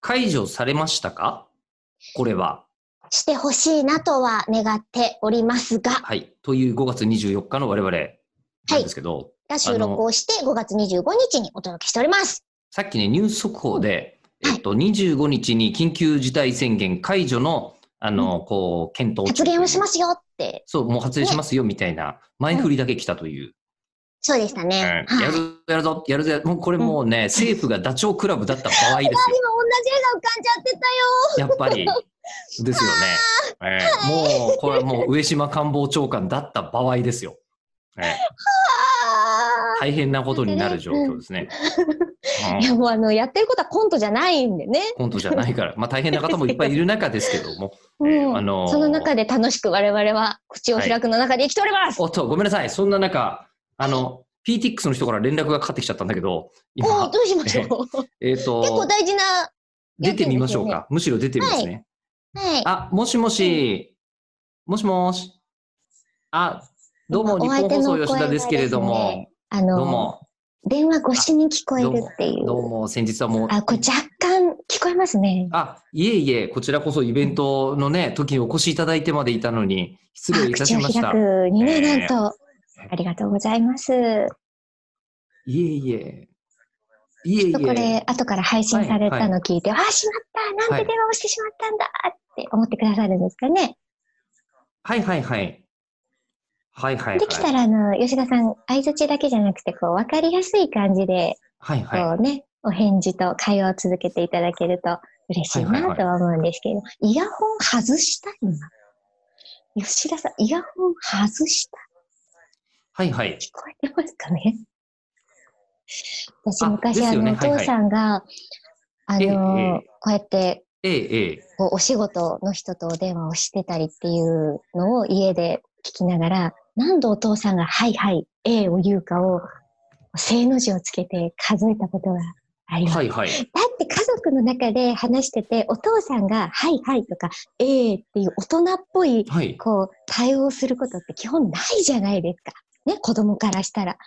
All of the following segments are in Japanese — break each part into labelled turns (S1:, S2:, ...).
S1: 解除されましたかこれは。
S2: してほしいなとは願っておりますが、
S1: はい。という5月24日の我々なんですけど、
S2: が収録をして5月25日にお届けしております。
S1: さっきね、ニュース速報で、
S2: うん
S1: えっと、25日に緊急事態宣言解除の、あの、こう、検討。。
S2: 発言をしますすよって、
S1: そう、もう発言しますよ、みたいな、前振りだけ来たという。
S2: そうでした
S1: うん
S2: ね。はい。
S1: や
S2: 今同じ映
S1: る、やるぞ、やるぞ、もうこれもうね、政府がダチョウ倶楽部だった場合ですよ。
S2: 画浮かんじゃってたよ。
S1: やっぱ り。ですよね。ええもう、これはもう上島官房長官だった場合ですよ。ええ
S2: あ
S1: 大変なことになる状況ですね。
S2: ー
S1: うん
S2: いやもうあの、やってることはコントじゃないんでね。
S1: コントじゃないから、まあ大変な方もいっぱいいる中ですけども、
S2: うん
S1: えーあのー
S2: その中で楽しく我々は口を開くの中で生きております。
S1: おっと、ごめんなさい。そんな中、あの、PTX の人から連絡がかかってきちゃったんだけど、
S2: お
S1: 今
S2: お、どうしましょう。
S1: えっ、
S2: 結構
S1: と、
S2: 大事な、
S1: 出てみましょうか。むしろ出てみますね。
S2: はい。
S1: あ、もしもし、もしもし。あ、どうも、日
S2: 今
S1: 本放
S2: お
S1: 送
S2: 相手の
S1: 吉田ですけれど
S2: 声がです
S1: も
S2: ね、あ
S1: どう
S2: の、
S1: も、
S2: 電話越しに聞こえるってい
S1: ど
S2: う。
S1: うも、先日はもう、
S2: あ、これ若干聞こえますね。
S1: あ、いえいえ、こちらこそイベントのね、時にお越しいただいてまでいたのに、失礼いたしまし
S2: あ
S1: た。
S2: 口を開くにね、
S1: ええ
S2: なんと。ありがとうございます。
S1: いえいえ。いえい
S2: ちょっとこ
S1: え
S2: れ、。後から配信されたの聞いて、ああ、しまったなんて電話をしてしまったんだって思ってくださるんですかね。
S1: はいはいはい。はいはいはい。
S2: できたら、あの、吉田さん、相づちだけじゃなくて、こう、わかりやすい感じで、
S1: はいはい。
S2: こうね、お返事と会話を続けていただけると嬉しい
S1: はいはいは
S2: ないとは思うんですけれど、イヤホン外した今。吉田さん、イヤホン外した
S1: はいはい。
S2: 聞こえてますかね私
S1: あ
S2: 昔、
S1: です
S2: あ
S1: よね
S2: の、お
S1: はいはい
S2: 父さんが、あ
S1: ええ
S2: の
S1: ええ
S2: こうやって
S1: ええええ。
S2: こうお仕事の人とお電話をしてたりっていうのを家で聞きながら、何度お父さんがはいはい、ええを言うかを、正の字をつけて数えたことがあります。
S1: はいはい。
S2: だって家族の中で話してて、お父さんがはいはいとか、ええっていう大人っぽい、
S1: はい。
S2: こう、対応することって基本ないじゃないですか。ね、子供からしたら。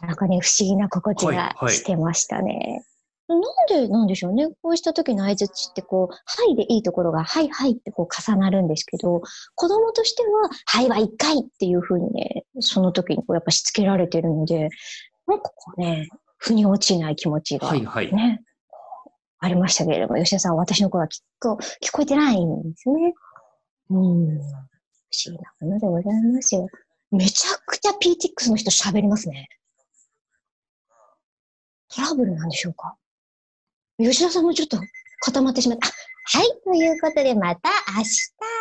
S2: なんかね、不思議な心地
S1: はい
S2: が
S1: はい
S2: してましたね。なんでなんでしょうね。こうした時の相づちってこう、はいでいいところが、はいはいってこう重なるんですけど、子供としては、はいは一回っていう風にね、その時にこうやっぱしつけられてるので、なんかこうね、腑に落ちない気持ちが
S1: はいはい。
S2: ね、ありましたけれども、吉田さんは私の声は聞こ聞こえてないんですね。うん。不思議なものでございますよ。めちゃくちゃ PTX の人喋りますね。トラブルなんでしょうか吉田さんもちょっと固まってしまった。あはい。ということで、また明日。